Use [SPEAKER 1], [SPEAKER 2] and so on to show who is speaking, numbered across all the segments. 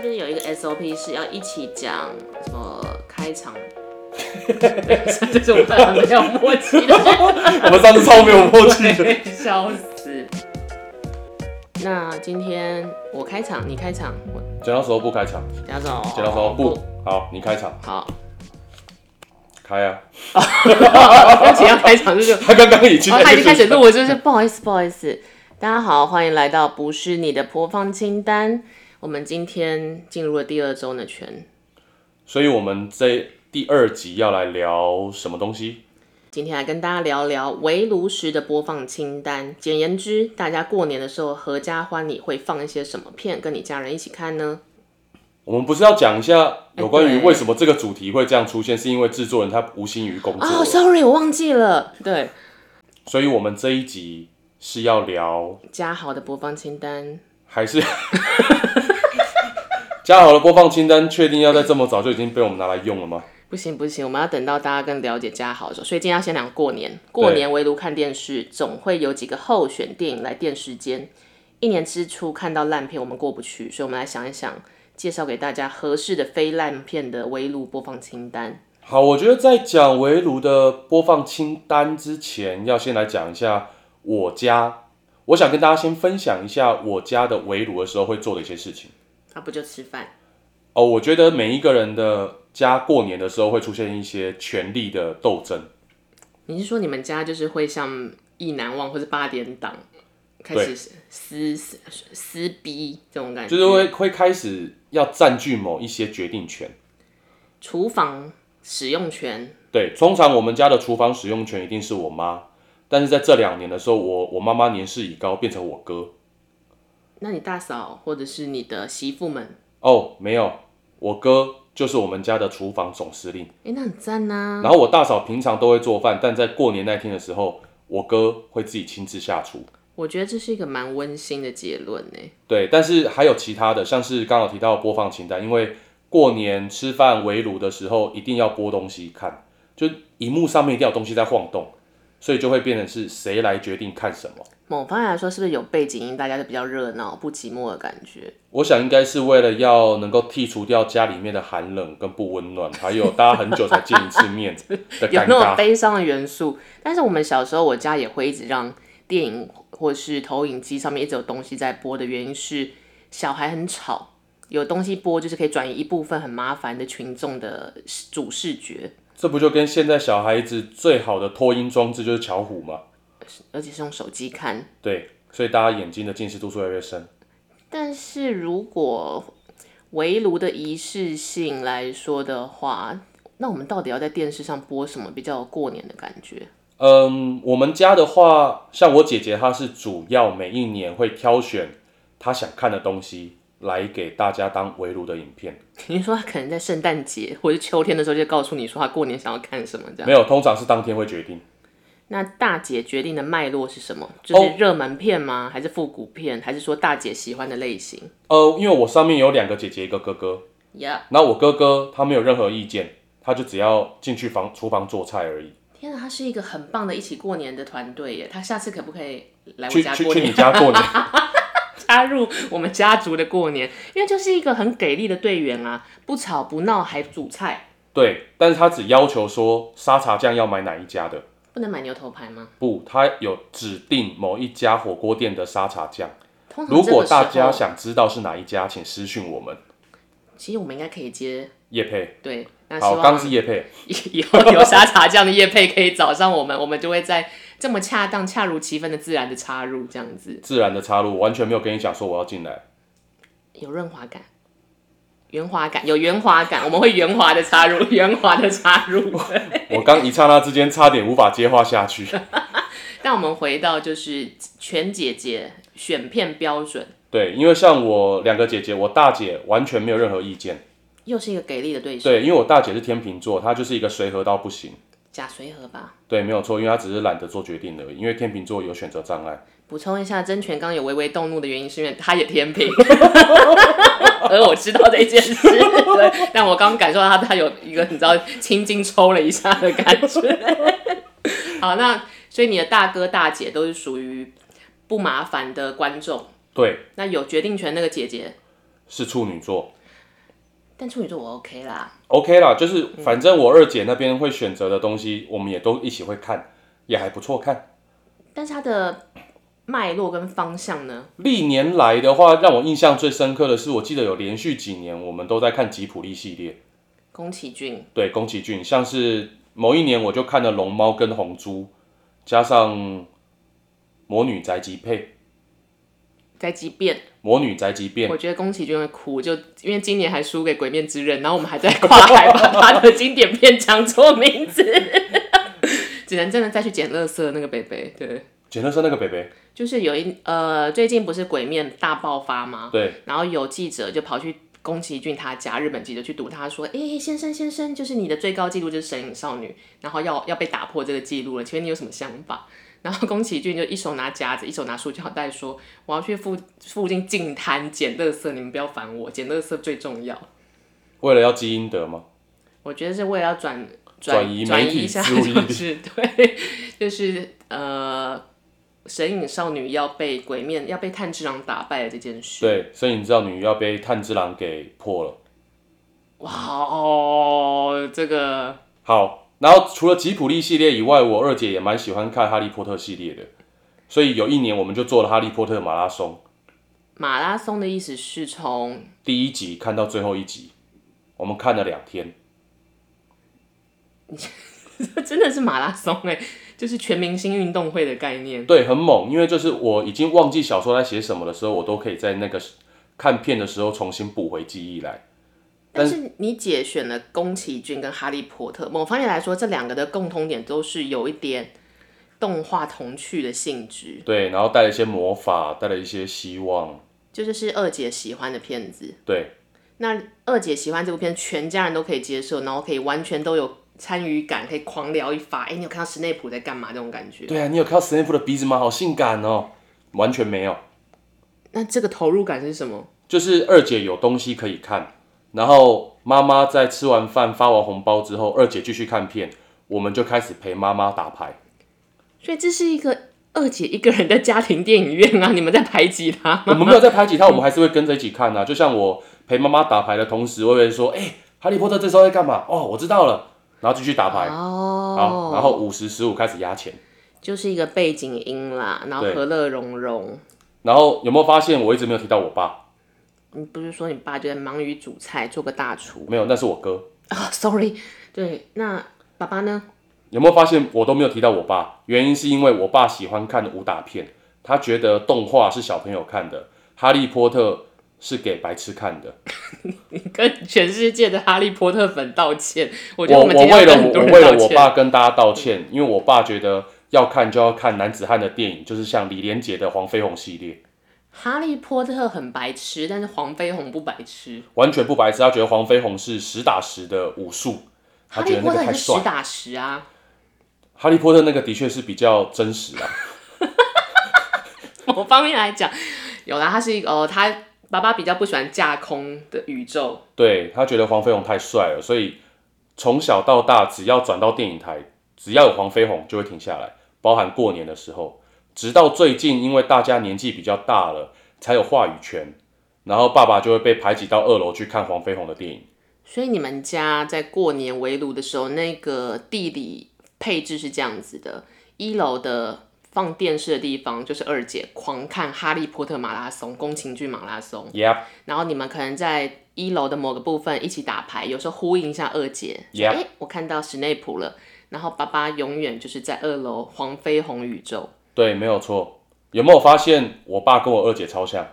[SPEAKER 1] SOP 是要一起讲什么开场，对这是我们没有默契的，
[SPEAKER 2] 我们上次超没有默契的。
[SPEAKER 1] 对笑死。那今天我开场，你开场，我
[SPEAKER 2] 剪刀石头布开场，
[SPEAKER 1] 贾总，
[SPEAKER 2] 剪刀石头
[SPEAKER 1] 哦
[SPEAKER 2] 布，好，你开场，
[SPEAKER 1] 好，
[SPEAKER 2] 开啊！
[SPEAKER 1] 而且要开 场就是，
[SPEAKER 2] 他刚刚已经
[SPEAKER 1] 哦，
[SPEAKER 2] 在
[SPEAKER 1] 他已经开始
[SPEAKER 2] 准备
[SPEAKER 1] 录，我就是不好意思，不好意思。大家好，欢迎来到不是你的播放清单。我们今天进入了第二周的圈，
[SPEAKER 2] 所以我们这第二集要来聊什么东西？
[SPEAKER 1] 今天来跟大家聊聊围炉时的播放清单。简言之，大家过年的时候合家欢，你会放一些什么片跟你家人一起看呢？
[SPEAKER 2] 我们不是要讲一下有关
[SPEAKER 1] 哎
[SPEAKER 2] 于
[SPEAKER 1] 对
[SPEAKER 2] 为什么这个主题会这样出现，是因为制作人他无心于工作
[SPEAKER 1] 哦、s o r r y 我忘记了。对，
[SPEAKER 2] 所以我们这一集是要聊，
[SPEAKER 1] 嘉豪的播放清单，
[SPEAKER 2] 还是 加好了播放清单，确定要在这么早就已经被我们拿来用了吗？
[SPEAKER 1] 不行不行，我们要等到大家更了解嘉豪的时候，所以今天要先聊过年。过年围炉看电视，总会有几个候选电影来电视间。一年之初看到烂片，我们过不去，所以我们来想一想，介绍给大家合适的非烂片的围炉播放清单。
[SPEAKER 2] 好，我觉得在讲围炉的播放清单之前，要先来讲一下我家。我想跟大家先分享一下我家的围炉的时候会做的一些事情。
[SPEAKER 1] 那、不就吃饭？
[SPEAKER 2] 哦，我觉得每一个人的家过年的时候会出现一些权力的斗争。
[SPEAKER 1] 你是说你们家就是会像意难忘或者八点档开始撕撕撕逼这种感觉？
[SPEAKER 2] 就是会会开始要占据某一些决定权。
[SPEAKER 1] 厨房使用权
[SPEAKER 2] 对，通常我们家的厨房使用权一定是我妈，但是在这两年的时候，我我妈妈年事已高，变成我哥。
[SPEAKER 1] 那你大嫂或者是你的媳妇们，
[SPEAKER 2] 哦，没有，我哥就是我们家的厨房总司令。
[SPEAKER 1] 哎、那很赞呐、
[SPEAKER 2] 然后我大嫂平常都会做饭，但在过年那天的时候，我哥会自己亲自下厨。
[SPEAKER 1] 我觉得这是一个蛮温馨的结论呢。
[SPEAKER 2] 对，但是还有其他的，像是刚好提到播放清单，因为过年吃饭围炉的时候一定要播东西看，就荧幕上面一定要有东西在晃动，所以就会变成是谁来决定看什么。
[SPEAKER 1] 某方面来说，是不是有背景音，大家就比较热闹、不寂寞的感觉？
[SPEAKER 2] 我想应该是为了要能够剔除掉家里面的寒冷跟不温暖，还有大家很久才见一次面的
[SPEAKER 1] 有
[SPEAKER 2] 尴
[SPEAKER 1] 那种
[SPEAKER 2] 尬。
[SPEAKER 1] 悲伤的元素。但是我们小时候，我家也会一直让电影或是投影机上面一直有东西在播的原因是，小孩很吵，有东西播就是可以转移一部分很麻烦的群众的主视觉，
[SPEAKER 2] 这不就跟现在小孩子最好的脱音装置就是巧虎嘛？
[SPEAKER 1] 而且是用手机看。
[SPEAKER 2] 对，所以大家眼睛的近视度数越来越深。
[SPEAKER 1] 但是如果围炉的仪式性来说的话，那我们到底要在电视上播什么比较有过年的感觉？
[SPEAKER 2] 嗯，我们家的话，像我姐姐，她是主要每一年会挑选她想看的东西来给大家当围炉的影片。
[SPEAKER 1] 你说他可能在圣诞节或者秋天的时候就告诉你说他过年想要看什么这样。
[SPEAKER 2] 没有，通常是当天会决定。
[SPEAKER 1] 那大姐决定的脉络是什么？就是热门片吗？还是复古片？还是说大姐喜欢的类型？
[SPEAKER 2] 呃，因为我上面有两个姐姐，一个哥哥，
[SPEAKER 1] 呀、
[SPEAKER 2] 然后我哥哥他没有任何意见，他就只要进去房厨房做菜而已。
[SPEAKER 1] 天啊，他是一个很棒的一起过年的团队耶！他下次可不可以来我
[SPEAKER 2] 去
[SPEAKER 1] 家
[SPEAKER 2] 去
[SPEAKER 1] 过
[SPEAKER 2] 去
[SPEAKER 1] 年？
[SPEAKER 2] 你家过年，
[SPEAKER 1] 加入我们家族的过年，因为就是一个很给力的队员啊，不吵不闹还煮菜，
[SPEAKER 2] 对，但是他只要求说沙茶酱要买哪一家的，
[SPEAKER 1] 不能买牛头牌吗？
[SPEAKER 2] 不，他有指定某一家火锅店的沙茶酱。
[SPEAKER 1] 通常
[SPEAKER 2] 如
[SPEAKER 1] 这
[SPEAKER 2] 果
[SPEAKER 1] 个时候
[SPEAKER 2] 大家，想知道是哪一家，请私讯我们。
[SPEAKER 1] 其实我们应该可以接
[SPEAKER 2] 叶配，
[SPEAKER 1] 对，那希
[SPEAKER 2] 好，刚
[SPEAKER 1] 望
[SPEAKER 2] 是叶配，
[SPEAKER 1] 以后有沙茶酱的叶配可以找上我们，我们就会在这么恰当、恰如其分的自然的插入这样子，
[SPEAKER 2] 自然的插入，我完全没有跟你讲说我要进来。
[SPEAKER 1] 有润滑感。圆滑感有圆滑感，我们会圆滑的插入， 圆滑的插入。
[SPEAKER 2] 我刚一刹那之间差点无法接话下去。
[SPEAKER 1] 但我们回到就是全姐姐选片标准，
[SPEAKER 2] 对，因为像我两个姐姐，我大姐完全没有任何意见。
[SPEAKER 1] 又是一个给力的对手，
[SPEAKER 2] 对，因为我大姐是天秤座，她就是一个随和到不行。
[SPEAKER 1] 假随和吧。
[SPEAKER 2] 对，没有错，因为她只是懒得做决定而已。因为天秤座有选择障碍，
[SPEAKER 1] 补充一下，曾权刚有微微动怒的原因，是因为他也天平，而我知道这件事，对，但我刚感受到他他有一个你知道青筋抽了一下的感觉。 好，那所以你的大哥大姐都是属于不麻烦的观众，
[SPEAKER 2] 对，
[SPEAKER 1] 那有决定权那个姐姐
[SPEAKER 2] 是处女座。
[SPEAKER 1] 但处女座我 OK 啦，
[SPEAKER 2] OK 啦，就是反正我二姐那边会选择的东西，我们也都一起会看，也还不错看。
[SPEAKER 1] 但是它的脉络跟方向呢？
[SPEAKER 2] 历年来的话，让我印象最深刻的是，我记得有连续几年我们都在看吉普力系列，
[SPEAKER 1] 宫崎骏
[SPEAKER 2] 对宫崎骏，像是某一年我就看了《龙猫》跟《红猪》，加上《魔女宅急配》《
[SPEAKER 1] 在即便，
[SPEAKER 2] 魔女宅急便》
[SPEAKER 1] 我觉得宫崎骏会哭，就因为今年还输给《鬼面之刃》，然后我们还在跨海把他的经典片讲错名字， 只能真的再去捡垃圾那个北北，对，
[SPEAKER 2] 简乐生那个北北，
[SPEAKER 1] 就是有一呃，最近不是《鬼面》大爆发吗？
[SPEAKER 2] 对，
[SPEAKER 1] 然后有记者就跑去宫崎骏他家，日本记者去堵他说：“哎、先生先生，就是你的最高纪录就是神隐少女，然后要要被打破这个记录了，请问你有什么想法？” 然后宫崎骏就一手拿夹子，一手拿塑胶袋，说：“我要去附附近净滩捡垃圾，你们不要烦我，捡垃圾最重要。
[SPEAKER 2] 为了要积阴德吗？”
[SPEAKER 1] 我觉得是为了要转
[SPEAKER 2] 转移
[SPEAKER 1] 转
[SPEAKER 2] 媒体
[SPEAKER 1] 移一下，
[SPEAKER 2] 注意力
[SPEAKER 1] 就是对，就是呃，神隐少女要被鬼面要被炭治郎打败的这件事。
[SPEAKER 2] 对，所以你知道女要被炭治郎给破了。
[SPEAKER 1] 哇哦，这个
[SPEAKER 2] 好，然后除了吉普力系列以外，我二姐也蛮喜欢看哈利波特系列的，所以有一年我们就做了哈利波特马拉松，
[SPEAKER 1] 马拉松的意思是从
[SPEAKER 2] 第一集看到最后一集，我们看了两天。
[SPEAKER 1] 真的是马拉松哎、就是全明星运动会的概念。
[SPEAKER 2] 对，很猛，因为就是我已经忘记小说在写什么的时候，我都可以在那个看片的时候重新补回记忆来。
[SPEAKER 1] 但是你姐选了宫崎骏跟哈利波特，某方面来说，这两个的共通点都是有一点动画童趣的性质，
[SPEAKER 2] 对，然后带了一些魔法，带了一些希望。
[SPEAKER 1] 就是是二姐喜欢的片子。
[SPEAKER 2] 对，
[SPEAKER 1] 那二姐喜欢这部片，全家人都可以接受，然后可以完全都有参与感，可以狂聊一发。哎、你有看到史内普在干嘛这种感觉？
[SPEAKER 2] 对啊，你有看到史内夫的鼻子吗？好性感哦！完全没有。
[SPEAKER 1] 那这个投入感是什么？
[SPEAKER 2] 就是二姐有东西可以看，然后妈妈在吃完饭发完红包之后，二姐继续看片，我们就开始陪妈妈打牌。
[SPEAKER 1] 所以这是一个二姐一个人的家庭电影院啊，你 们在排挤她
[SPEAKER 2] 我
[SPEAKER 1] 吗？
[SPEAKER 2] 们没有在排挤她，我们还是会跟着一起看啊。就像我陪妈妈打牌的同时，我也会说：“哎、哈利波特这时候在干嘛？”哦，我知道了，然后继续打牌。好，然
[SPEAKER 1] 哦，
[SPEAKER 2] 后五十十五开始压钱。
[SPEAKER 1] 就是一个背景音啦，然后
[SPEAKER 2] 对
[SPEAKER 1] 和乐融融。
[SPEAKER 2] 然后有没有发现我一直没有提到我爸？
[SPEAKER 1] 你不是说你爸就在忙于煮菜，做个大厨
[SPEAKER 2] 没有，那是我哥。
[SPEAKER 1] 啊、s o r r y 对，那爸爸呢？
[SPEAKER 2] 有没有发现我都没有提到我爸？原因是因为我爸喜欢看武打片，他觉得动画是小朋友看的，《哈利波特》是给白痴看的。
[SPEAKER 1] 你跟全世界的哈利波特粉道歉。我觉
[SPEAKER 2] 我
[SPEAKER 1] 得
[SPEAKER 2] 我
[SPEAKER 1] 们今天
[SPEAKER 2] 为
[SPEAKER 1] 要
[SPEAKER 2] 了
[SPEAKER 1] 跟很
[SPEAKER 2] 我
[SPEAKER 1] 多
[SPEAKER 2] 我
[SPEAKER 1] 人
[SPEAKER 2] 为了
[SPEAKER 1] 道
[SPEAKER 2] 我
[SPEAKER 1] 歉。
[SPEAKER 2] 爸跟大家道歉，因为我爸觉得要看就要看男子汉的电影，就是像李连杰的黄飞鸿系列，
[SPEAKER 1] 哈利波特很白痴，但是黄飞鸿不白痴。
[SPEAKER 2] 完全不白痴。他觉得黄飞鸿是实打实的武术，他
[SPEAKER 1] 哈
[SPEAKER 2] 觉
[SPEAKER 1] 利
[SPEAKER 2] 得那
[SPEAKER 1] 波
[SPEAKER 2] 个
[SPEAKER 1] 特也
[SPEAKER 2] 太
[SPEAKER 1] 是
[SPEAKER 2] 帅
[SPEAKER 1] 实。打实啊，
[SPEAKER 2] 哈利波特那个的确是比较真实啊。
[SPEAKER 1] 某方面来讲，有啦，他是一个哦，他爸爸比较不喜欢架空的宇宙，
[SPEAKER 2] 对他觉得黄飞鸿太帅了，所以从小到大，只要转到电影台，只要有黄飞鸿就会停下来，包含过年的时候，直到最近，因为大家年纪比较大了，才有话语权，然后爸爸就会被排挤到二楼去看黄飞鸿的电影。
[SPEAKER 1] 所以你们家在过年围炉的时候，那个地理配置是这样子的：一楼的放电视的地方就是二姐狂看《哈利波特马拉松》、宫崎骏马拉松，
[SPEAKER 2] Yep，
[SPEAKER 1] 然后你们可能在一楼的某个部分一起打牌，有时候呼应一下二姐，哎
[SPEAKER 2] Yep
[SPEAKER 1] 我看到史内普了。然后爸爸永远就是在二楼黄飞鸿宇宙，
[SPEAKER 2] 对，没有错。有没有发现我爸跟我二姐超像？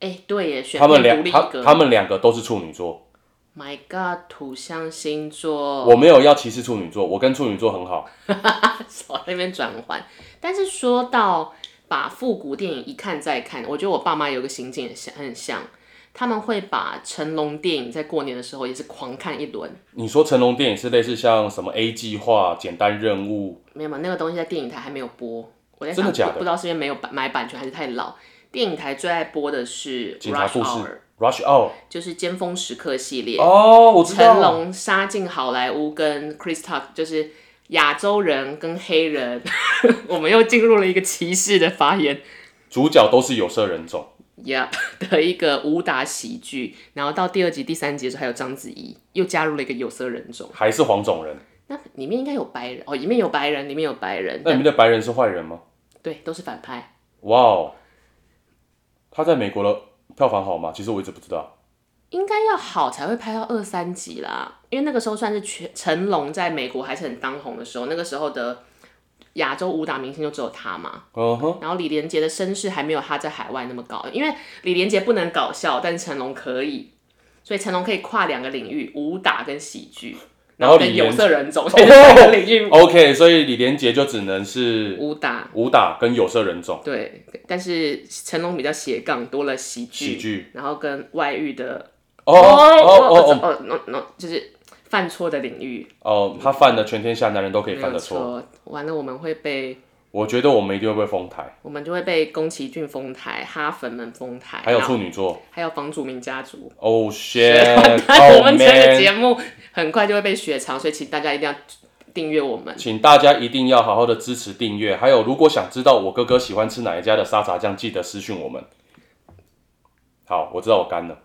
[SPEAKER 1] 哎，对耶，选
[SPEAKER 2] 他们
[SPEAKER 1] 片独
[SPEAKER 2] 两
[SPEAKER 1] 立
[SPEAKER 2] 他
[SPEAKER 1] 格
[SPEAKER 2] 他们两个都是处女座。
[SPEAKER 1] ，My God，土象星座，
[SPEAKER 2] 我没有要歧视处女座，我跟处女座很好。
[SPEAKER 1] 手那边转换。但是说到把复古电影一看再看，我觉得我爸妈有个行径很像，很像，他们会把成龙电影在过年的时候也是狂看一轮。
[SPEAKER 2] 你说成龙电影是类似像什么 A 计划、简单任务，
[SPEAKER 1] 没有嘛，那个东西在电影台还没有播，我在
[SPEAKER 2] 真
[SPEAKER 1] 想
[SPEAKER 2] 的假的
[SPEAKER 1] 不不知道是因为没有版买版权还是太老。电影台最爱播的是《
[SPEAKER 2] 警察
[SPEAKER 1] Rush
[SPEAKER 2] 故事
[SPEAKER 1] Hour》，
[SPEAKER 2] Rush Hour。
[SPEAKER 1] 就是尖峰时刻系列。
[SPEAKER 2] 哦，我知
[SPEAKER 1] 成
[SPEAKER 2] 道。
[SPEAKER 1] 龙杀进好莱坞跟 Chris Tuck 就是亚洲人 跟黑人，我们又进入了一个歧视的发言。
[SPEAKER 2] 主角都是有色人种，
[SPEAKER 1] Yep 的一个武打喜剧，然后到第二集、第三集的时候，还有章子怡又加入了一个有色人种。
[SPEAKER 2] 还是黄种人？
[SPEAKER 1] 那里面应该有白人哦，里面有白人，里面有白人，
[SPEAKER 2] 那里
[SPEAKER 1] 但
[SPEAKER 2] 面的白人是坏人吗？
[SPEAKER 1] 对，都是反派。
[SPEAKER 2] 哇哦，他在美国的票房好吗？其实我一直不知道。
[SPEAKER 1] 应该要好才会拍到二三集啦，因为那个时候算是全成龙在美国还是很当红的时候，那个时候的亚洲武打明星就只有他嘛。
[SPEAKER 2] 嗯哼，
[SPEAKER 1] 然后李连杰的身世还没有他在海外那么高，因为李连杰不能搞笑，但是成龙可以，所以成龙可以跨两个领域，武打跟喜剧，
[SPEAKER 2] 然后李
[SPEAKER 1] 跟有
[SPEAKER 2] 连哦
[SPEAKER 1] 色人种这两 个领域，
[SPEAKER 2] OK，所以李连杰就只能是
[SPEAKER 1] 武打
[SPEAKER 2] 武打跟有色人种
[SPEAKER 1] 对，但是成龙比较斜杠，多了喜
[SPEAKER 2] 喜
[SPEAKER 1] 剧，
[SPEAKER 2] 剧。
[SPEAKER 1] 然后跟外遇的
[SPEAKER 2] 哦哦哦
[SPEAKER 1] 哦哦哦哦，就是犯错的领域，
[SPEAKER 2] 哦哦，他犯了全天下男人都可以
[SPEAKER 1] 没
[SPEAKER 2] 犯
[SPEAKER 1] 有
[SPEAKER 2] 的错。
[SPEAKER 1] 错，完了我们会被。
[SPEAKER 2] 我觉得我们一定会被封台，
[SPEAKER 1] 我们就会被宫崎骏封台，哈粉们封台，
[SPEAKER 2] 还有
[SPEAKER 1] 然后
[SPEAKER 2] 处女座。
[SPEAKER 1] 还有房祖名家族，
[SPEAKER 2] Oh
[SPEAKER 1] 完
[SPEAKER 2] shit！
[SPEAKER 1] 蛋，我
[SPEAKER 2] Oh
[SPEAKER 1] 们这个
[SPEAKER 2] man！
[SPEAKER 1] 节目很快就会被雪藏，所以请大家一定要订阅我们。
[SPEAKER 2] 请大家一定要好好的支持订阅，还有如果想知道我哥哥喜欢吃哪一家的沙茶酱，记得私讯我们。好，我知道我干了。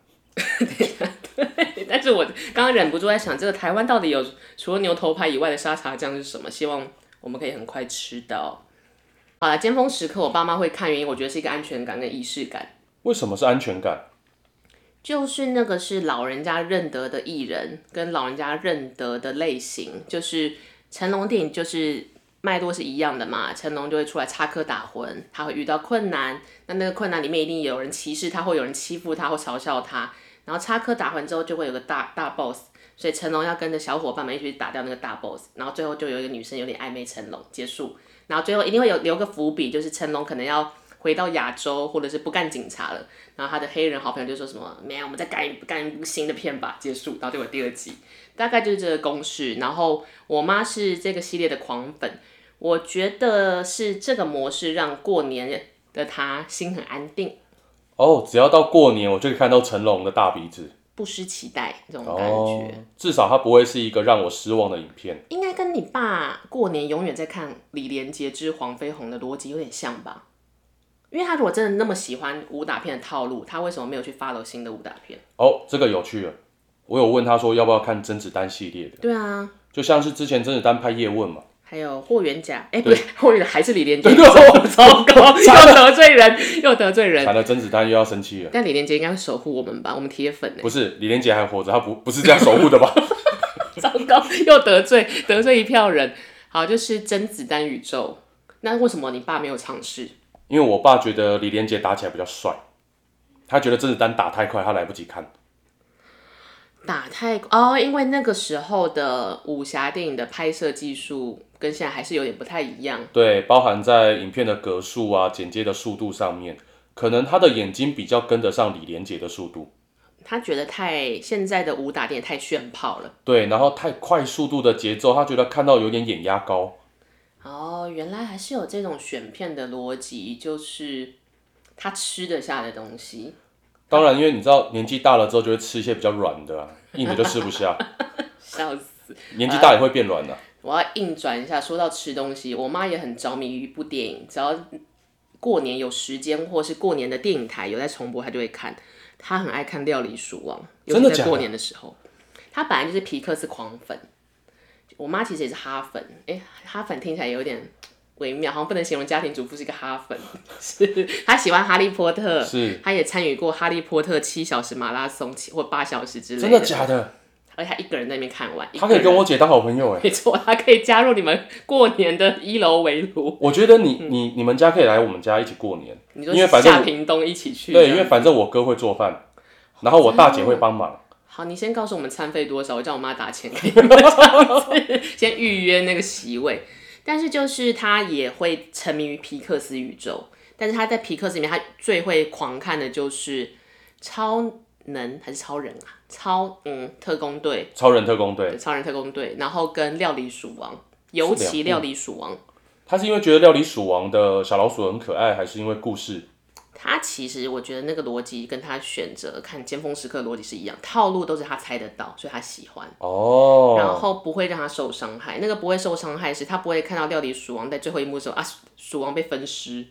[SPEAKER 1] 但是我刚刚忍不住在想，这个台湾到底有除了牛头牌以外的沙茶酱是什么？希望我们可以很快吃到。好了，尖峰时刻，我爸妈会看，原因我觉得是一个安全感跟仪式感，
[SPEAKER 2] 为什么是安全感？
[SPEAKER 1] 就是那个是老人家认得的艺人跟老人家认得的类型，就是成龙电影就是脉络是一样的嘛，成龙就会出来插科打诨，他会遇到困难，那那个困难里面一定有人歧视他，或有人欺负他，或嘲笑他，然后插科打诨之后就会有个大大 boss，所以成龙要跟着小伙伴们一起去打掉那个大 boss，然后最后就有一个女生有点暧昧成龙结束，然后最后一定会有留个伏笔，就是成龙可能要。回到亚洲，或者是不干警察了，然后他的黑人好朋友就说什么：“没有，我们再干一干一部新的片吧。”结束，然后就有第二集，大概就是这个公式。然后我妈是这个系列的狂粉，我觉得是这个模式让过年的他心很安定，
[SPEAKER 2] 哦，只要到过年，我就可以看到成龙的大鼻子。
[SPEAKER 1] 不失期待这种感
[SPEAKER 2] 哦
[SPEAKER 1] 觉。，
[SPEAKER 2] 至少它不会是一个让我失望的影片。
[SPEAKER 1] 应该跟你爸过年永远在看《李连杰之黄飞鸿》的逻辑有点像吧？因为他如果真的那么喜欢武打片的套路，他为什么没有去 follow 新的武打片？
[SPEAKER 2] 哦，这个有趣了。我有问他说要不要看甄子丹系列的，
[SPEAKER 1] 对啊，
[SPEAKER 2] 就像是之前甄子丹拍叶问嘛，
[SPEAKER 1] 还有霍元甲，哎、不对，霍元甲还是李连杰， 糟糕，
[SPEAKER 2] 惨
[SPEAKER 1] 又得罪人，又得罪人。
[SPEAKER 2] 惨了，甄子丹又要生气了。
[SPEAKER 1] 但李连杰应该会守护我们吧？我们铁粉呢、
[SPEAKER 2] 不是李连杰还活着，他不不是这样守护的吧？
[SPEAKER 1] 糟糕，又得罪得罪一票人。好，就是甄子丹宇宙。那为什么你爸没有尝试？
[SPEAKER 2] 因为我爸觉得李连杰打起来比较帅，他觉得甄子丹打太快，他来不及看。
[SPEAKER 1] 打太哦，因为那个时候的武侠电影的拍摄技术跟现在还是有点不太一样。
[SPEAKER 2] 对，包含在影片的格数啊、剪接的速度上面，可能他的眼睛比较跟得上李连杰的速度。
[SPEAKER 1] 他觉得太现在的武打电影太炫炮了。
[SPEAKER 2] 对，然后太快速度的节奏，他觉得看到有点眼压高。
[SPEAKER 1] 哦，原来还是有这种选片的逻辑，就是他吃得下的东西。
[SPEAKER 2] 当然，因为你知道年纪大了之后就会吃一些比较软的、啊，硬的就吃不下。
[SPEAKER 1] 笑死！
[SPEAKER 2] 年纪大也会变软的、啊
[SPEAKER 1] 我要硬转一下，说到吃东西，我妈也很着迷于一部电影，只要过年有时间或是过年的电影台有在重播，她就会看。她很爱看《料理鼠王》，尤
[SPEAKER 2] 真的
[SPEAKER 1] 其
[SPEAKER 2] 假
[SPEAKER 1] 在
[SPEAKER 2] 的
[SPEAKER 1] 过年的时候。她本来就是皮克斯狂粉，我妈其实也是哈粉。哎、哈粉听起来有点微妙，好像不能形容家庭主妇是一个哈粉。 是，她喜欢哈利波特，
[SPEAKER 2] 是
[SPEAKER 1] 她也参与过哈利波特七小时马拉松七或八小时之类
[SPEAKER 2] 真的假的？
[SPEAKER 1] 而且她一个人在那边看完，一
[SPEAKER 2] 他可以
[SPEAKER 1] 个
[SPEAKER 2] 跟
[SPEAKER 1] 人
[SPEAKER 2] 我姐当好朋友哎、
[SPEAKER 1] 没错，它可以加入你们过年的一楼围炉。
[SPEAKER 2] 我觉得你你你们家可以来我们家一起过年，
[SPEAKER 1] 你说
[SPEAKER 2] 因为反正
[SPEAKER 1] 下
[SPEAKER 2] 我
[SPEAKER 1] 屏东一起去这
[SPEAKER 2] 对，
[SPEAKER 1] 样？
[SPEAKER 2] 因为反正我哥会做饭，然后我大姐会
[SPEAKER 1] 哦
[SPEAKER 2] 帮忙。
[SPEAKER 1] 好，你先告诉我们餐费多少，我叫我妈打钱给你 们，这样子先预约那个席位。但是就是他也会沉迷于皮克斯宇宙，但是他在皮克斯里面，他最会狂看的就是超能还是超人啊？超嗯特工队，
[SPEAKER 2] 超人特工队，
[SPEAKER 1] 对超人特工队，然后跟料理鼠王，尤
[SPEAKER 2] 是两
[SPEAKER 1] 其
[SPEAKER 2] 部
[SPEAKER 1] 料理鼠王，
[SPEAKER 2] 他是因为觉得料理鼠王的小老鼠很可爱，还是因为故事？
[SPEAKER 1] 他其实我觉得那个逻辑跟他选择看尖峰时刻的逻辑是一样，套路都是他猜得到，所以他喜欢，然
[SPEAKER 2] 哦，
[SPEAKER 1] 后不会让他受伤害。那个不会受伤害是他不会看到料理鼠王在最后一幕的时候啊，鼠鼠王被分尸，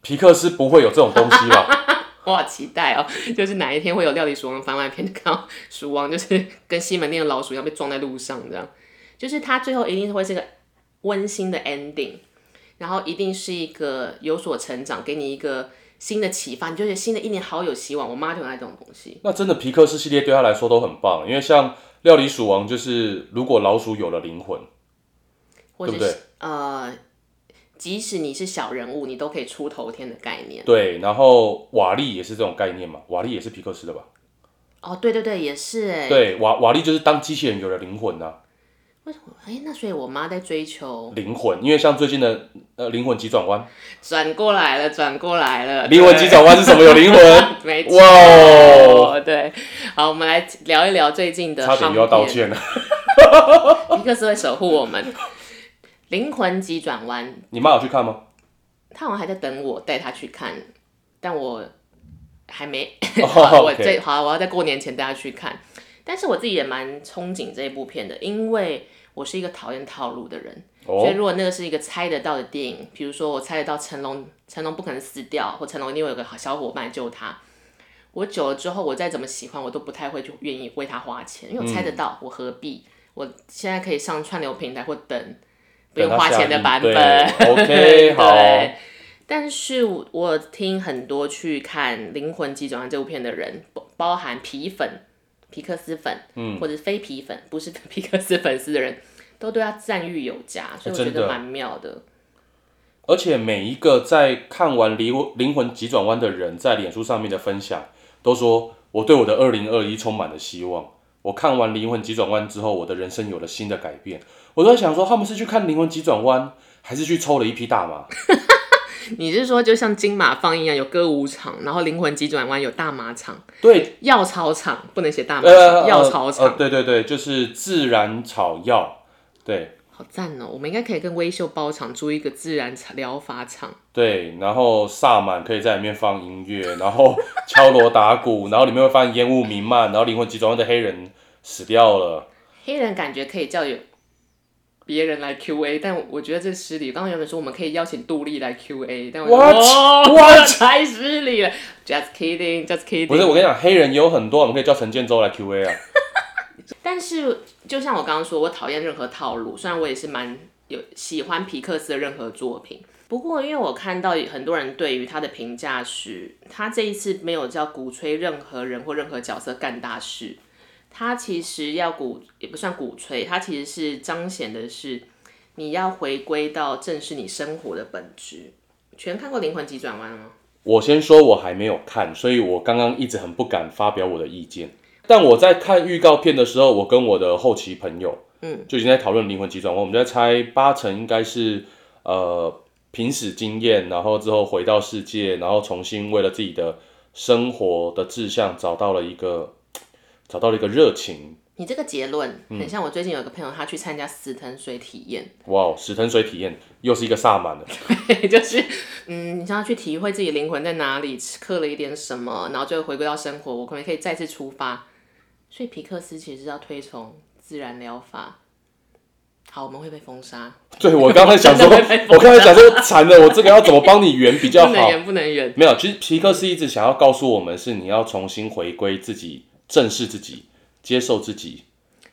[SPEAKER 2] 皮克斯不会有这种东西吧？
[SPEAKER 1] 我好期待哦！就是哪一天会有料理鼠王番外篇，就看到鼠王就是 跟西门町的老鼠一样被撞在路上这样。就是它最后一定会是个温馨的 ending，然后一定是一个有所成长，给你一个新的启发，你就觉得新的一年好有希望。我妈就很爱这种东西。
[SPEAKER 2] 那真的皮克斯系列对他来说都很棒，因为像料理鼠王就是，如果老鼠有了灵魂，
[SPEAKER 1] 或者是
[SPEAKER 2] 对不
[SPEAKER 1] 呃，即使你是小人物，你都可以出头天的概念。
[SPEAKER 2] 对，然后瓦力也是这种概念嘛，瓦力也是皮克斯的吧？
[SPEAKER 1] 哦，对对对，也是哎。
[SPEAKER 2] 对，瓦瓦力就是当机器人有了灵魂呐、
[SPEAKER 1] 为什么？哎，那所以我妈在追求
[SPEAKER 2] 灵魂，因为像最近的呃灵魂急转弯，
[SPEAKER 1] 转过来了，转过来了。
[SPEAKER 2] 灵魂急转弯是什么？有灵魂，
[SPEAKER 1] 对 没错。
[SPEAKER 2] 哇哦，
[SPEAKER 1] 对，好，我们来聊一聊最近的。
[SPEAKER 2] 差点又要道。歉了。
[SPEAKER 1] 皮克斯会守护我们。灵魂急转弯，
[SPEAKER 2] 你妈有去看吗？
[SPEAKER 1] 他好像还在等我带他去看，但我还没。
[SPEAKER 2] 哦
[SPEAKER 1] 好，我
[SPEAKER 2] OK
[SPEAKER 1] 最好，啊我要在过年前带他去看。但是我自己也蛮憧憬这部片的，因为我是一个讨厌套路的人。所以
[SPEAKER 2] 哦，
[SPEAKER 1] 如果那个是一个猜得到的电影，比如说我猜得到成龙，成龙不可能死掉，或成龙一定会有个好小伙伴救他。我久了之后，我再怎么喜欢，我都不太会去愿意为他花钱，因为我猜得到，
[SPEAKER 2] 嗯
[SPEAKER 1] 我何必？我现在可以上串流平台或等不用
[SPEAKER 2] 等
[SPEAKER 1] 花
[SPEAKER 2] 它下
[SPEAKER 1] 钱的
[SPEAKER 2] 映
[SPEAKER 1] 版
[SPEAKER 2] 对
[SPEAKER 1] 本。
[SPEAKER 2] OK，好
[SPEAKER 1] 对。但是我我听很多去看《灵魂急转弯》这部片的人，包包含皮粉、皮克斯粉，嗯，或者非皮粉，不是皮克斯粉丝的人，都对他赞誉有加，所以我觉
[SPEAKER 2] 哦真
[SPEAKER 1] 得
[SPEAKER 2] 的
[SPEAKER 1] 蛮妙的。
[SPEAKER 2] 而且每一个在看完《灵魂灵魂急转弯》的人，在脸书上面的分享，都说我对我的二零二一充满了希望。我看完《灵魂急转弯》之后，我的人生有了新的改变。我都在想说，他们是去看《灵魂急转弯》，还是去抽了一批大麻？
[SPEAKER 1] 你是说就像金马放映一样，有歌舞场，然后《灵魂急转弯》有大马场、
[SPEAKER 2] 对，
[SPEAKER 1] 药草场，不能写大马
[SPEAKER 2] 呃，
[SPEAKER 1] 场，药草
[SPEAKER 2] 呃
[SPEAKER 1] 场，
[SPEAKER 2] 呃对对对，就是自然草药。对
[SPEAKER 1] 好赞哦！我们应该可以跟微秀包场租一个自然疗法场，
[SPEAKER 2] 对，然后萨满可以在里面放音乐，然后 敲锣打鼓，然后里面会放烟雾弥漫，然后《灵魂急转弯》的黑人死掉了。
[SPEAKER 1] 黑人感觉可以叫有别人来 Q A，但我觉得这失礼。刚刚原本说我们可以邀请杜丽来 Q A，但我
[SPEAKER 2] What？
[SPEAKER 1] 我
[SPEAKER 2] What？
[SPEAKER 1] 太失礼了。Just kidding，just kidding。
[SPEAKER 2] 不是，我跟你讲，黑人也有很多，我们可以叫陈建州来 Q A 啊。
[SPEAKER 1] 但是就像我刚刚说，我讨厌任何套路，虽然我也是蛮有喜欢皮克斯的任何作品。不过，因为我看到很多人对于他的评价是，他这一次没有叫鼓吹任何人或任何角色干大事，他其实要鼓也不算鼓吹，他其实是彰显的是你要回归到正视你生活的本质。全看过《灵魂急转弯》了吗？
[SPEAKER 2] 我先说，我还没有看，所以我刚刚一直很不敢发表我的意见。但我在看预告片的时候，我跟我的后期朋友，嗯，就已经在讨论《灵魂急转弯》，我们在猜八成应该是呃濒死经验，然后之后回到世界，然后重新为了自己的生活的志向找到了一个找到了一个热情。
[SPEAKER 1] 你这个结论很像我最近有一个朋友，他去参加死藤水体验，
[SPEAKER 2] 哇哦，史藤水体验又是一个萨满 了。
[SPEAKER 1] 就是，嗯，你想要去体会自己灵魂在哪里，吃刻了一点什么，然后就回归到生活，我可能可以再次出发。所以皮克斯其实是要推崇自然疗法。好，我们会被封杀，
[SPEAKER 2] 对，我刚才想说，
[SPEAKER 1] 真的被
[SPEAKER 2] 我刚才想说，惨了，我这个要怎么帮你圆比较
[SPEAKER 1] 不能
[SPEAKER 2] 好？
[SPEAKER 1] 圆，不能圆。
[SPEAKER 2] 没有，其实皮克斯一直想要告诉我们，是你要重新回归自己，正视自己，接受自己。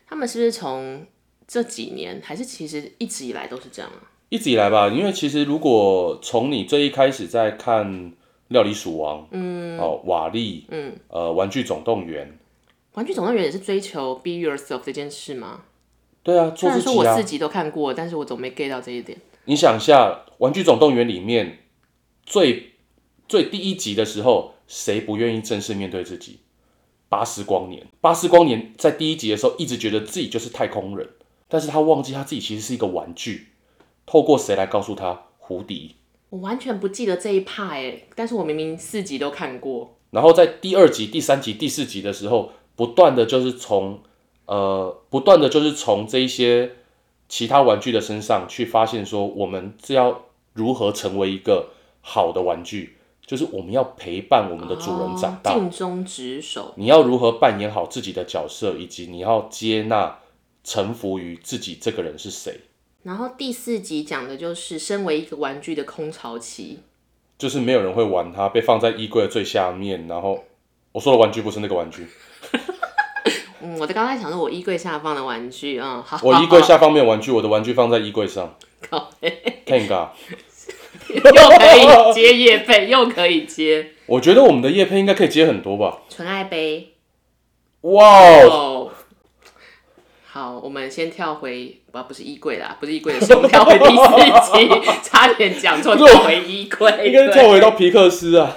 [SPEAKER 1] 他们是不是从这几年，还是其实一直以来都是这样啊？
[SPEAKER 2] 一直以来吧，因为其实如果从你最一开始在看《料理鼠王》，嗯，哦，瓦力，嗯，呃，《玩具总动员》，
[SPEAKER 1] 玩具总动员也是追求 be yourself 这件事吗？
[SPEAKER 2] 对啊，
[SPEAKER 1] 虽
[SPEAKER 2] 做
[SPEAKER 1] 然
[SPEAKER 2] 自
[SPEAKER 1] 说
[SPEAKER 2] 己
[SPEAKER 1] 我
[SPEAKER 2] 啊
[SPEAKER 1] 自。己都看过，但是我总没 get 到这一点。
[SPEAKER 2] 你想一下，《玩具总动员》里面最最第一集的时候，谁不愿意正式面对自己？巴斯光年，巴斯光年在第一集的时候一直觉得自己就是太空人，但是他忘记他自己其实是一个玩具。透过谁来告诉他？胡迪。
[SPEAKER 1] 我完全不记得这一趴哎、但是我明明四集都看过。
[SPEAKER 2] 然后在第二集、第三集、第四集的时候，不断的就是从呃，不断的就是从这一些其他玩具的身上去发现说，我们是要如何成为一个好的玩具，就是我们要陪伴我们的主人长大，
[SPEAKER 1] 哦尽忠职守。
[SPEAKER 2] 你要如何扮演好自己的角色，以及你要接纳、臣服于自己这个人是谁。
[SPEAKER 1] 然后第四集讲的就是身为一个玩具的空巢期，
[SPEAKER 2] 就是没有人会玩它，被放在衣柜的最下面。然后我说的玩具不是那个玩具，
[SPEAKER 1] 嗯，我在刚才想说，我衣柜下方的玩具，嗯，好，
[SPEAKER 2] 我衣柜下方没有玩具，我的玩具放在衣柜上。
[SPEAKER 1] 靠
[SPEAKER 2] Tenga，
[SPEAKER 1] 又可以接夜配，又可以 接
[SPEAKER 2] 我觉得我们的叶配应该可以接很多吧？
[SPEAKER 1] 纯爱杯
[SPEAKER 2] 哇、哦，
[SPEAKER 1] 哦。好，我们先跳回，啊不，不是衣柜啦，不是衣柜的事，我们跳回第 四集，差点讲错，跳回衣柜，
[SPEAKER 2] 应该
[SPEAKER 1] 对
[SPEAKER 2] 跳回到皮克斯啊。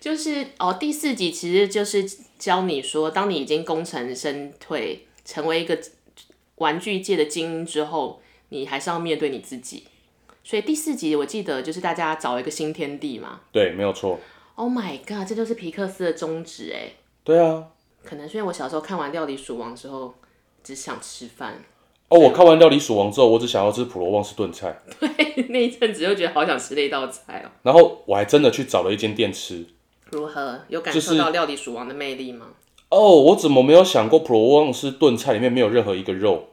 [SPEAKER 1] 就是哦，第四集其实就是教你说，当你已经功成身退，成为一个玩具界的精英之后，你还是要面对你自己。所以第四集我记得就是大家找一个新天地嘛。
[SPEAKER 2] 对，没有错。
[SPEAKER 1] Oh my god，这就是皮克斯的宗旨哎。
[SPEAKER 2] 对啊，
[SPEAKER 1] 可能是因为我小时候看完《料理鼠王》之后，只想吃饭，
[SPEAKER 2] 哦，我看完《料理鼠王》之后，我只想要吃普罗旺斯炖菜，
[SPEAKER 1] 对，那一阵子就觉得好想吃那道菜哦。
[SPEAKER 2] 然后我还真的去找了一间店吃。
[SPEAKER 1] 如何？有感
[SPEAKER 2] 就是
[SPEAKER 1] 受到《料理鼠王》的魅力吗？
[SPEAKER 2] 哦，我怎么没有想过普罗旺斯炖菜里面没有任何一个肉？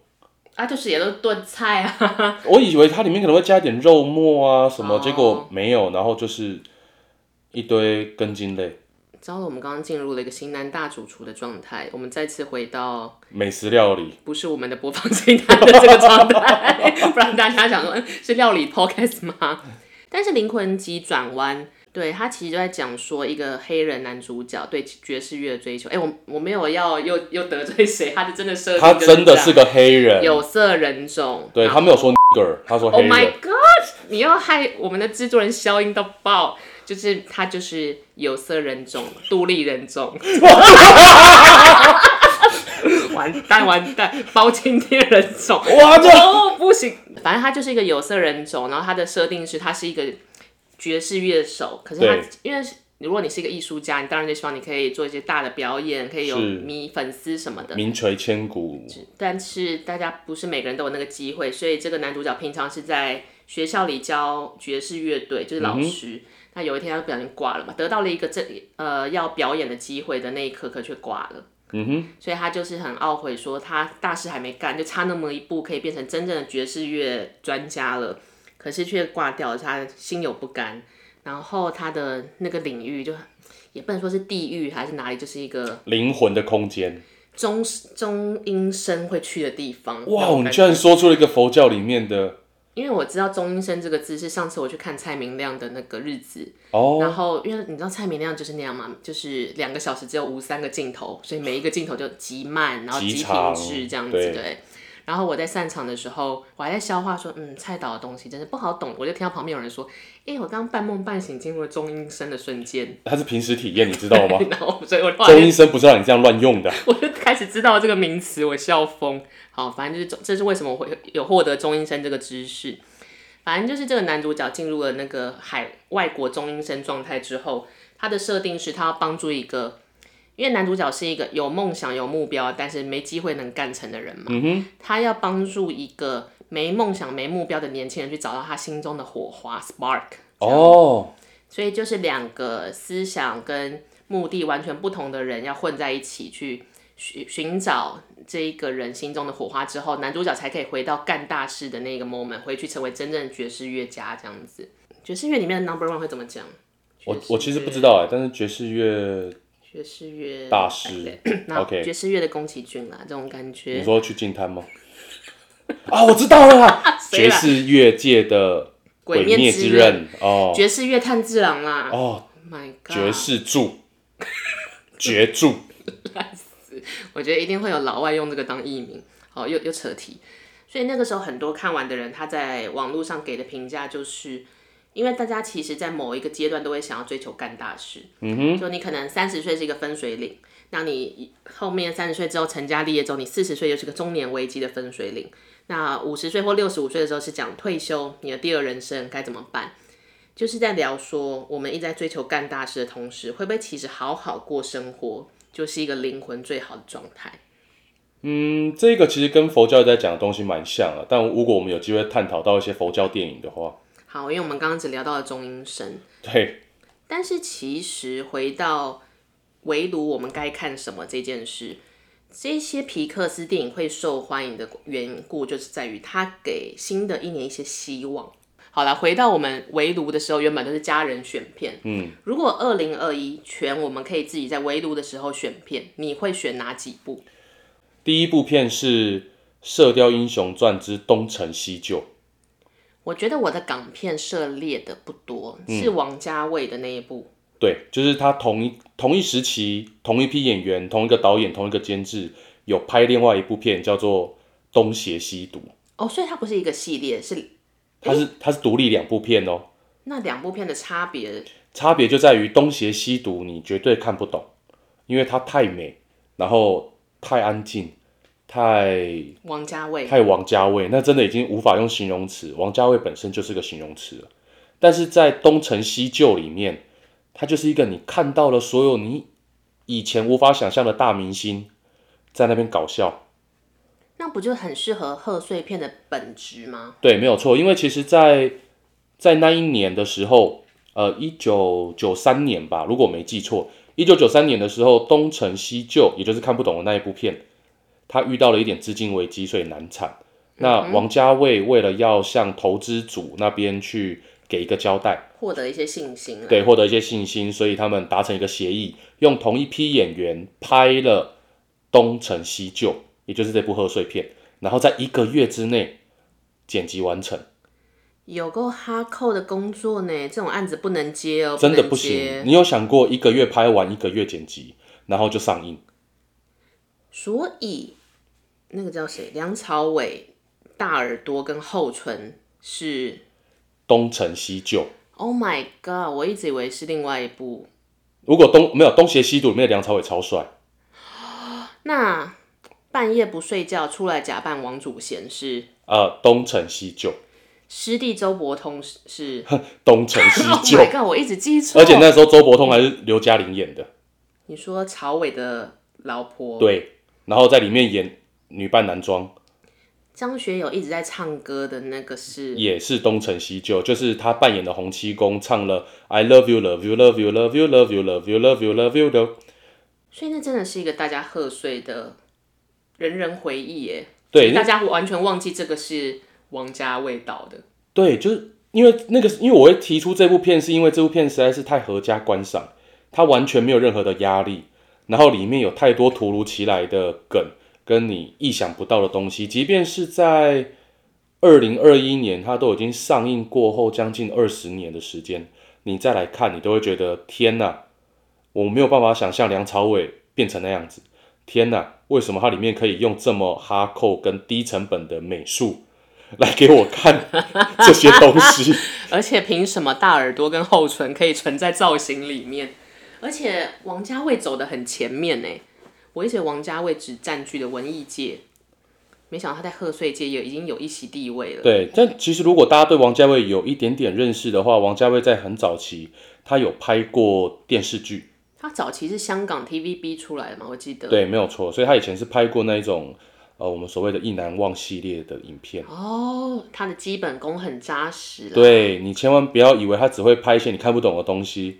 [SPEAKER 1] 啊，就是也都是炖菜啊，
[SPEAKER 2] 我以为它里面可能会加一点肉末啊什么，
[SPEAKER 1] 哦
[SPEAKER 2] 结果没有，然后就是一堆根茎类
[SPEAKER 1] 糟了，我们刚刚进入了一个型男大主厨的状态，我们再次回到
[SPEAKER 2] 美食料理。
[SPEAKER 1] 不是我们的播放清单的这个状态， 不然大家想说嗯是料理 podcast 吗？但是《灵魂急转弯》对他其实就在讲说一个黑人男主角对爵士乐的追求。哎、我我没有要又又得罪谁，他是真的设定
[SPEAKER 2] 他
[SPEAKER 1] 就是这样
[SPEAKER 2] 真的是个黑人，
[SPEAKER 1] 有色人种。
[SPEAKER 2] 对
[SPEAKER 1] 然
[SPEAKER 2] 他
[SPEAKER 1] 后
[SPEAKER 2] 没有说 nigger，他说
[SPEAKER 1] Oh
[SPEAKER 2] 黑
[SPEAKER 1] my
[SPEAKER 2] 人。
[SPEAKER 1] God！你要害我们的制作人消音到爆，就是他就是有色人 种、独立人种。完蛋完蛋，包青天人种。
[SPEAKER 2] 哇，这
[SPEAKER 1] 哦，不行，反正他就是一个有色人种，然后他的设定是他是一个爵士乐手，可是他
[SPEAKER 2] 对
[SPEAKER 1] 因为是如果你是一个艺术家，你当然就希望你可以做一些大的表演，可以有
[SPEAKER 2] 是
[SPEAKER 1] 迷粉丝什么的。
[SPEAKER 2] 名垂千古，
[SPEAKER 1] 但是大家不是每个人都有那个机会，所以这个男主角平常是在学校里教爵士乐队，就是老师。
[SPEAKER 2] 嗯
[SPEAKER 1] 那有一天他不小心挂了嘛，得到了一个这呃要表演的机会的那一刻，可却挂了。
[SPEAKER 2] 嗯哼，
[SPEAKER 1] 所以他就是很懊悔，说他大事还没干，就差那么一步可以变成真正的爵士乐专家了，可是却挂掉了，他心有不甘。然后他的那个领域就也不能说是地狱还是哪里，就是一个
[SPEAKER 2] 灵魂的空间。
[SPEAKER 1] 中中阴身会去的地方。那
[SPEAKER 2] 哇，
[SPEAKER 1] 种
[SPEAKER 2] 你
[SPEAKER 1] 感觉
[SPEAKER 2] 居然说出了一个佛教里面的
[SPEAKER 1] 因为我知道中阴身这个字是上次我去看蔡明亮的那个日子，
[SPEAKER 2] 哦，
[SPEAKER 1] 然后因为你知道蔡明亮就是那样嘛，就是两个小时只有五三个镜头，所以每一个镜头就极慢，然后
[SPEAKER 2] 极
[SPEAKER 1] 极
[SPEAKER 2] 长
[SPEAKER 1] 停滞这样子
[SPEAKER 2] 对
[SPEAKER 1] 对。然后我在散场的时候，我还在消化说，嗯，蔡导的东西真是不好懂。我就听到旁边有人说，哎、我刚刚半梦半醒进入了中阴身的瞬间，
[SPEAKER 2] 它是平时体验，你 知道吗？
[SPEAKER 1] 然后所以我后来
[SPEAKER 2] 中医生不是让你这样乱用的。
[SPEAKER 1] 我就开始知道这个名词，我笑疯。好，反正就是中这是为什么我会有获得中英生这个知识。反正就是这个男主角进入了那个海外国中英生状态之后，他的设定是他要帮助一个，因为男主角是一个有梦想、有目标，但是没机会能干成的人嘛。他要帮助一个没梦想、没目标的年轻人去找到他心中的火花 （spark）。
[SPEAKER 2] 哦，
[SPEAKER 1] 所以就是两个思想跟目的完全不同的人要混在一起去寻寻找这一个人心中的火花之后，男主角才可以回到干大事的那个 moment，回去成为真正的爵士乐家这样子。爵士乐里面的 number one 会怎么讲？
[SPEAKER 2] 我
[SPEAKER 1] 爵士
[SPEAKER 2] 我其实不知道哎，但是爵士乐
[SPEAKER 1] 爵士乐哎
[SPEAKER 2] 大师，
[SPEAKER 1] 那
[SPEAKER 2] OK
[SPEAKER 1] 爵士乐的宫崎骏啦，这种感
[SPEAKER 2] 你
[SPEAKER 1] 觉。
[SPEAKER 2] 说去进滩吗？啊，我知道了啦，
[SPEAKER 1] 谁
[SPEAKER 2] 爵
[SPEAKER 1] 啦
[SPEAKER 2] 士乐界的
[SPEAKER 1] 鬼
[SPEAKER 2] 鬼
[SPEAKER 1] 灭
[SPEAKER 2] 灭
[SPEAKER 1] 之
[SPEAKER 2] 之
[SPEAKER 1] 刃
[SPEAKER 2] 刃哦
[SPEAKER 1] 爵士乐炭治郎啦、o
[SPEAKER 2] 哦，
[SPEAKER 1] h my god！
[SPEAKER 2] 爵士柱，绝柱，
[SPEAKER 1] 我觉得一定会有老外用这个当艺名。好，又又扯题。所以那个时候，很多看完的人，他在网络上给的评价就是，因为大家其实，在某一个阶段都会想要追求干大事。嗯哼，就你可能三十岁是一个分水岭，那你后面三十岁之后成家立业之后，你四十岁就是个中年危机的分水岭。那五十岁或六十五岁的时候是讲退休，你的第二人生该怎么办？就是在聊说，我们一直在追求干大事的同时，会不会其实好好过生活，就是一个灵魂最好的状态？
[SPEAKER 2] 嗯，这个其实跟佛教在讲的东西蛮像的，但如果我们有机会探讨到一些佛教电影的话，
[SPEAKER 1] 好，因为我们刚刚只聊到了中阴身，
[SPEAKER 2] 对，
[SPEAKER 1] 但是其实回到围炉，我们该看什么这件事，这些皮克斯电影会受欢迎的缘故，就是在于它给新的一年一些希望。好了，回到我们围炉的时候，原本都是家人选片。嗯，如果二零二一全我们可以自己在围炉的时候选片，你会选哪几部？
[SPEAKER 2] 第一部片是《射雕英雄传之东成西就》，
[SPEAKER 1] 我觉得我的港片涉猎的不多，是王家卫的那一部。
[SPEAKER 2] 对，就是他同一同一时期、同一批演员、同一个导演、同一个监制，有拍另外一部片叫做《东邪西毒》，
[SPEAKER 1] 哦，所以它不是一个系列，是
[SPEAKER 2] 它是它是独立两部片哦。
[SPEAKER 1] 那两部片的差别。
[SPEAKER 2] 差别就在于《东邪西毒》你绝对看不懂，因为它太美，然后太安静，太
[SPEAKER 1] 王家卫，
[SPEAKER 2] 太王家卫，那真的已经无法用形容词。王家卫本身就是个形容词了，但是在《东成西就》里面，它就是一个你看到了所有你以前无法想象的大明星在那边搞笑，
[SPEAKER 1] 那不就很适合贺岁片的本质吗？
[SPEAKER 2] 对，没有错，因为其实在，在那一年的时候，呃，一九九三年吧，如果我没记错，一九九三年的时候，《东成西就》也就是看不懂的那一部片，他遇到了一点资金危机，所以难产。那王家卫为了要向投资组那边去给一个交代，
[SPEAKER 1] 获得一些信心了。
[SPEAKER 2] 对，获得一些信心，所以他们达成一个协议，用同一批演员拍了《东成西就》，也就是这部贺岁片，然后在一个月之内剪辑完成。
[SPEAKER 1] 有够哈扣的工作呢，这种案子不能接哦，
[SPEAKER 2] 真的
[SPEAKER 1] 能
[SPEAKER 2] 不
[SPEAKER 1] 接
[SPEAKER 2] 行。你有想过一个月拍完，一个月剪辑，然后就上映？
[SPEAKER 1] 所以那个叫谁，梁朝伟、大耳朵跟厚唇是
[SPEAKER 2] 东成西就。
[SPEAKER 1] ，Oh my god！我一直以为是另外一部。
[SPEAKER 2] 如果东没有东邪西毒里面的梁朝伟超帅，
[SPEAKER 1] 那半夜不睡觉出来假扮王祖贤是
[SPEAKER 2] 呃，东成西就，
[SPEAKER 1] 师弟周伯通是 是
[SPEAKER 2] 东成西
[SPEAKER 1] Oh
[SPEAKER 2] 就。
[SPEAKER 1] my god！我一直记错。
[SPEAKER 2] 而且那时候周伯通还是刘嘉玲演的，
[SPEAKER 1] 你说朝伟的老婆
[SPEAKER 2] 对，然后在里面演女扮男装，
[SPEAKER 1] 张学友一直在唱歌的那个是
[SPEAKER 2] 也是东成西就，就是他扮演的洪七公唱了 I love you, love you, love you, love you, love you, love you, love you, love you 的
[SPEAKER 1] 所以那真的是一个大家贺岁的人人回忆耶。
[SPEAKER 2] 对
[SPEAKER 1] 大家完全忘记这个是王家卫导的。
[SPEAKER 2] 对，就是因为那个，因为我会提出这部片，是因为这部片实在是太合家观赏，它完全没有任何的压力，然后里面有太多突如其来的梗，跟你意想不到的东西，即便是在二零二一年，它都已经上映过后将近二十年的时间，你再来看，你都会觉得天哪，我没有办法想象梁朝伟变成那样子，天哪，为什么它里面可以用这么哈扣跟低成本的美术来给我看？ 这些东西。
[SPEAKER 1] 而且凭什么大耳朵跟厚唇可以存在造型里面？而且王家卫走的很前面呢，我一直以为王家卫只占据了文艺界，没想到他在贺岁界也已经有一席地位了。
[SPEAKER 2] 对，但其实如果大家对王家卫有一点点认识的话，王家卫在很早期他有拍过电视剧，
[SPEAKER 1] 他早期是香港 TVB 出来的嘛，我记得。
[SPEAKER 2] 对，没有错。所以他以前是拍过那一种呃我们所谓的意难忘系列的影片。
[SPEAKER 1] 哦，他的基本功很扎实了。
[SPEAKER 2] 对你千万不要以为他只会拍一些你看不懂的东西，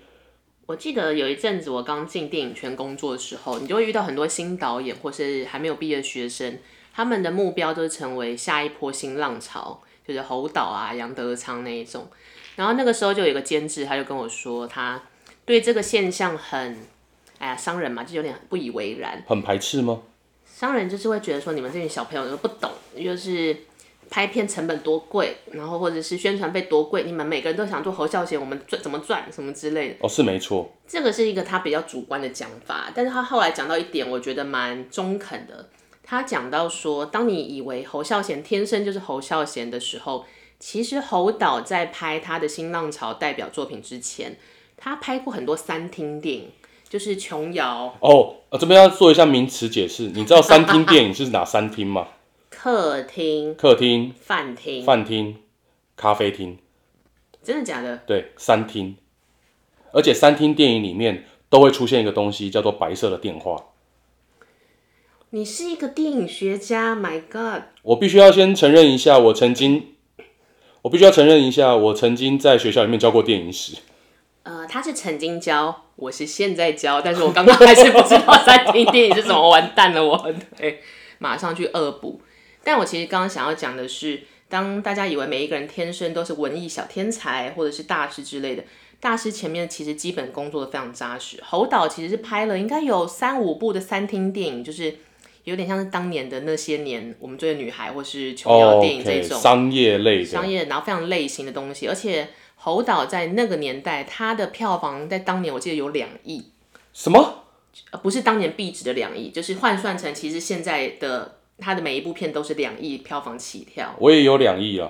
[SPEAKER 1] 我记得有一阵子我刚进电影圈工作的时候，你就会遇到很多新导演或是还没有毕业的学生，他们的目标都是成为下一波新浪潮，就是侯导啊、杨德昌那一种。然后那个时候就有一个监制，他就跟我说，他对这个现象很，哎呀，商人嘛，就有点不以为然。
[SPEAKER 2] 很排斥吗？
[SPEAKER 1] 商人就是会觉得说，你们这群小朋友都不懂，就是拍片成本多贵，然后或者是宣传费多贵，你们每个人都想做侯孝贤，我们赚怎么赚什么之类的。
[SPEAKER 2] 哦，是没错，
[SPEAKER 1] 这个是一个他比较主观的讲法，但是他后来讲到一点，我觉得蛮中肯的。他讲到说，当你以为侯孝贤天生就是侯孝贤的时候，其实侯导在拍他的新浪潮代表作品之前，他拍过很多三厅电影，就是琼瑶、
[SPEAKER 2] 哦。呃这边要做一下名词解释，你知道三厅电影是哪三厅吗？
[SPEAKER 1] 客厅、
[SPEAKER 2] 客厅、
[SPEAKER 1] 饭厅，
[SPEAKER 2] 饭厅、咖啡厅。
[SPEAKER 1] 真的假的？
[SPEAKER 2] 对，三厅，而且三厅电影里面都会出现一个东西，叫做白色的电话。
[SPEAKER 1] 你是一个电影学家，My God！
[SPEAKER 2] 我必须要先承认一下，我曾经，我必须要承认一下，我曾经在学校里面教过电影史。
[SPEAKER 1] 呃，他是曾经教，我是现在教，但是我刚刚还是不知道在听电影是怎么，完蛋了我，对，马上去恶补。但我其实刚刚想要讲的是，当大家以为每一个人天生都是文艺小天才或者是大师之类的，大师前面其实基本工作的非常扎实。侯导其实是拍了应该有三五部的三厅电影，就是有点像是当年的那些年我们追的女孩或是琼瑶电影这
[SPEAKER 2] 哦 OK，
[SPEAKER 1] 种。
[SPEAKER 2] 商业类的
[SPEAKER 1] 商业，然后非常类型的东西，而且侯导在那个年代，他的票房在当年我记得有两亿，
[SPEAKER 2] 什么？
[SPEAKER 1] 呃，不是当年币值的两亿，就是换算成其实现在的他的每一部片都是两亿票房起跳。
[SPEAKER 2] 我也有两亿啊。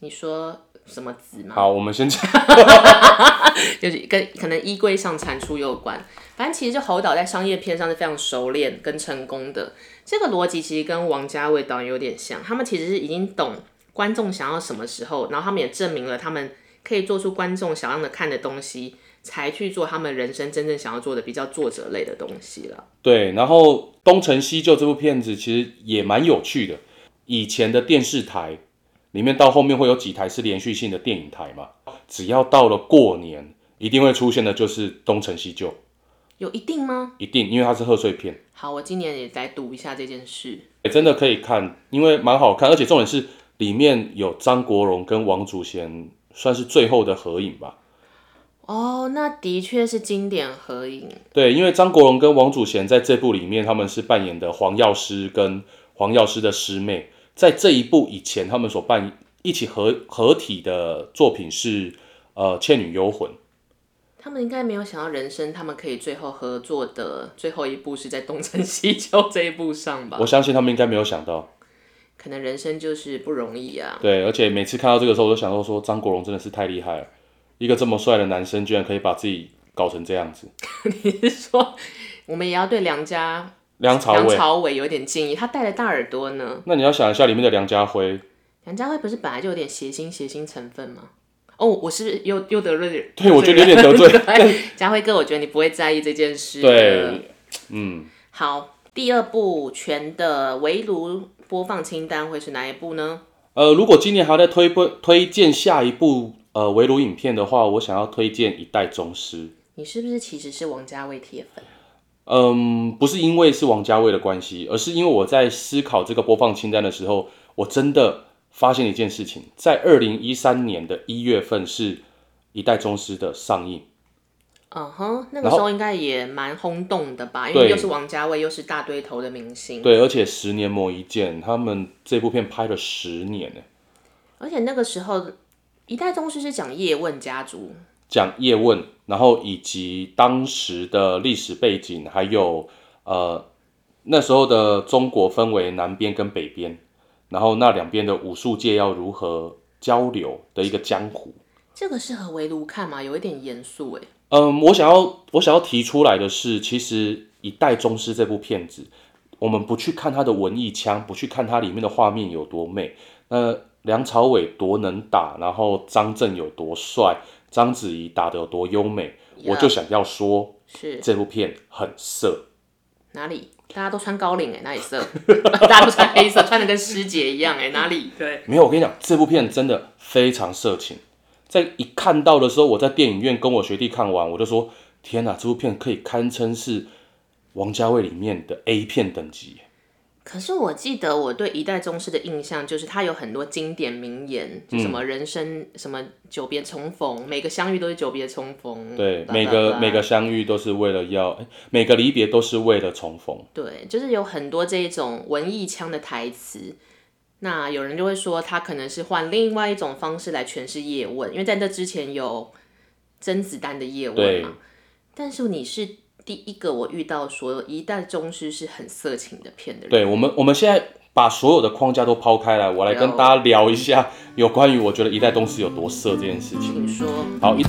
[SPEAKER 1] 你说什么子吗？
[SPEAKER 2] 好，我 们先讲。
[SPEAKER 1] 就是跟可能衣柜上产出有关。反正其实侯导在商业片上是非常熟练跟成功的。这个逻辑其实跟王家卫导演有点像，他们其实是已经懂观众想要什么时候，然后他们也证明了他们可以做出观众想要的看的东西，才去做他们人生真正想要做的比较作者类的东西了。
[SPEAKER 2] 对，然后《东成西就》这部片子其实也蛮有趣的。以前的电视台里面到后面会有几台是连续性的电影台嘛，只要到了过年，一定会出现的就是《东成西就》，
[SPEAKER 1] 有一定吗？
[SPEAKER 2] 一定，因为它是贺岁片，
[SPEAKER 1] 好，我今年也来读一下这件事。
[SPEAKER 2] 哎，真的可以看，因为蛮好看，而且重点是里面有张国荣跟王祖贤算是最后的合影吧。
[SPEAKER 1] 哦，那的确是经典合影。
[SPEAKER 2] 对，因为张国荣跟王祖贤在这部里面，他们是扮演的黄药师跟黄药师的师妹。在这一部以前，他们所扮一起合合体的作品是呃《倩女幽魂》。
[SPEAKER 1] 他们应该没有想到人生，他们可以最后合作的最后一步是在东成西就这一步上吧
[SPEAKER 2] 我？相信他们应该没有想到，
[SPEAKER 1] 可能人生就是不容易啊。
[SPEAKER 2] 对，而且每次看到这个时候，我都想到说张国荣真的是太厉害了，一个这么帅的男生，居然可以把自己搞成这样子。
[SPEAKER 1] 你是说，我们也要对梁家
[SPEAKER 2] 梁朝
[SPEAKER 1] 梁
[SPEAKER 2] 伟，
[SPEAKER 1] 朝伟有点敬意？他戴了大耳朵呢。
[SPEAKER 2] 那你要想一下里面的梁家辉，
[SPEAKER 1] 梁家辉不是本来就有点邪心邪心成分吗？哦，我是不是又又得罪人？
[SPEAKER 2] 对我觉得有点得罪
[SPEAKER 1] 对家辉 哥，我觉得你不会在意这件事。
[SPEAKER 2] 对，嗯，
[SPEAKER 1] 好，第二部全的围炉播放清单会是哪一部呢？
[SPEAKER 2] 呃，如果今年还在推播推荐下一部呃围炉影片的话，我想要推荐《一代宗师》。
[SPEAKER 1] 你是不是其实是王家卫铁粉？
[SPEAKER 2] 嗯，不是因为是王家卫的关系，而是因为我在思考这个播放清单的时候，我真的发现一件事情，在二零一三年的一月份是《一代宗师》的上映。
[SPEAKER 1] 嗯哼，那个
[SPEAKER 2] 然
[SPEAKER 1] 时
[SPEAKER 2] 后
[SPEAKER 1] 候应该也蛮轰动的吧？因为
[SPEAKER 2] 对
[SPEAKER 1] 又是王家卫，又是大堆头的明星，
[SPEAKER 2] 对，而且十年磨一剑，他们这部片拍了十年呢，
[SPEAKER 1] 而且那个时候《一代宗师》是讲叶问家族，
[SPEAKER 2] 讲叶问，然后以及当时的历史背景，还有呃那时候的中国分为南边跟北边，然后那两边的武术界要如何交流的一个江湖。
[SPEAKER 1] 这个适合围炉看吗？有一点严肃哎。
[SPEAKER 2] 嗯，我想要我想要提出来的是，其实《一代宗师》这部片子，我们不去看它的文艺腔，不去看它里面的画面有多美，那梁朝伟多能打，然后张震有多帅，章子怡打得有多优美，我就想要说
[SPEAKER 1] 是
[SPEAKER 2] 这部片很色。
[SPEAKER 1] 哪里？大家都穿高领哎、哪里色？ 大家都穿黑色，穿的跟师姐一样哎、哪里？对，
[SPEAKER 2] 没有，我跟你讲，这部片真的非常色情。在一看到的时候，我在电影院跟我学弟看完，我就说：天哪，这部片可以堪称是王家卫里面的 A 片等级。
[SPEAKER 1] 可是我记得我对一代宗师的印象就是他有很多经典名言，就什
[SPEAKER 2] 嗯
[SPEAKER 1] 么人生、什么久别重逢，每个相遇都是久别重逢。
[SPEAKER 2] 对，
[SPEAKER 1] blah blah
[SPEAKER 2] 每个
[SPEAKER 1] blah
[SPEAKER 2] 每个相遇都是为了要，诶每个离别都是为了重逢。
[SPEAKER 1] 对，就是有很多这一种文艺腔的台词。那有人就会说，他可能是换另外一种方式来诠释叶问，因为在这之前有甄子丹的叶问嘛。但是你是第一个我遇到说一代宗师是很色情的片的人。
[SPEAKER 2] 对我们，我们现在把所有的框架都抛开来，我来跟大家聊一下有关于我觉得一代宗师有多色这件事情。
[SPEAKER 1] 请说，
[SPEAKER 2] 好，一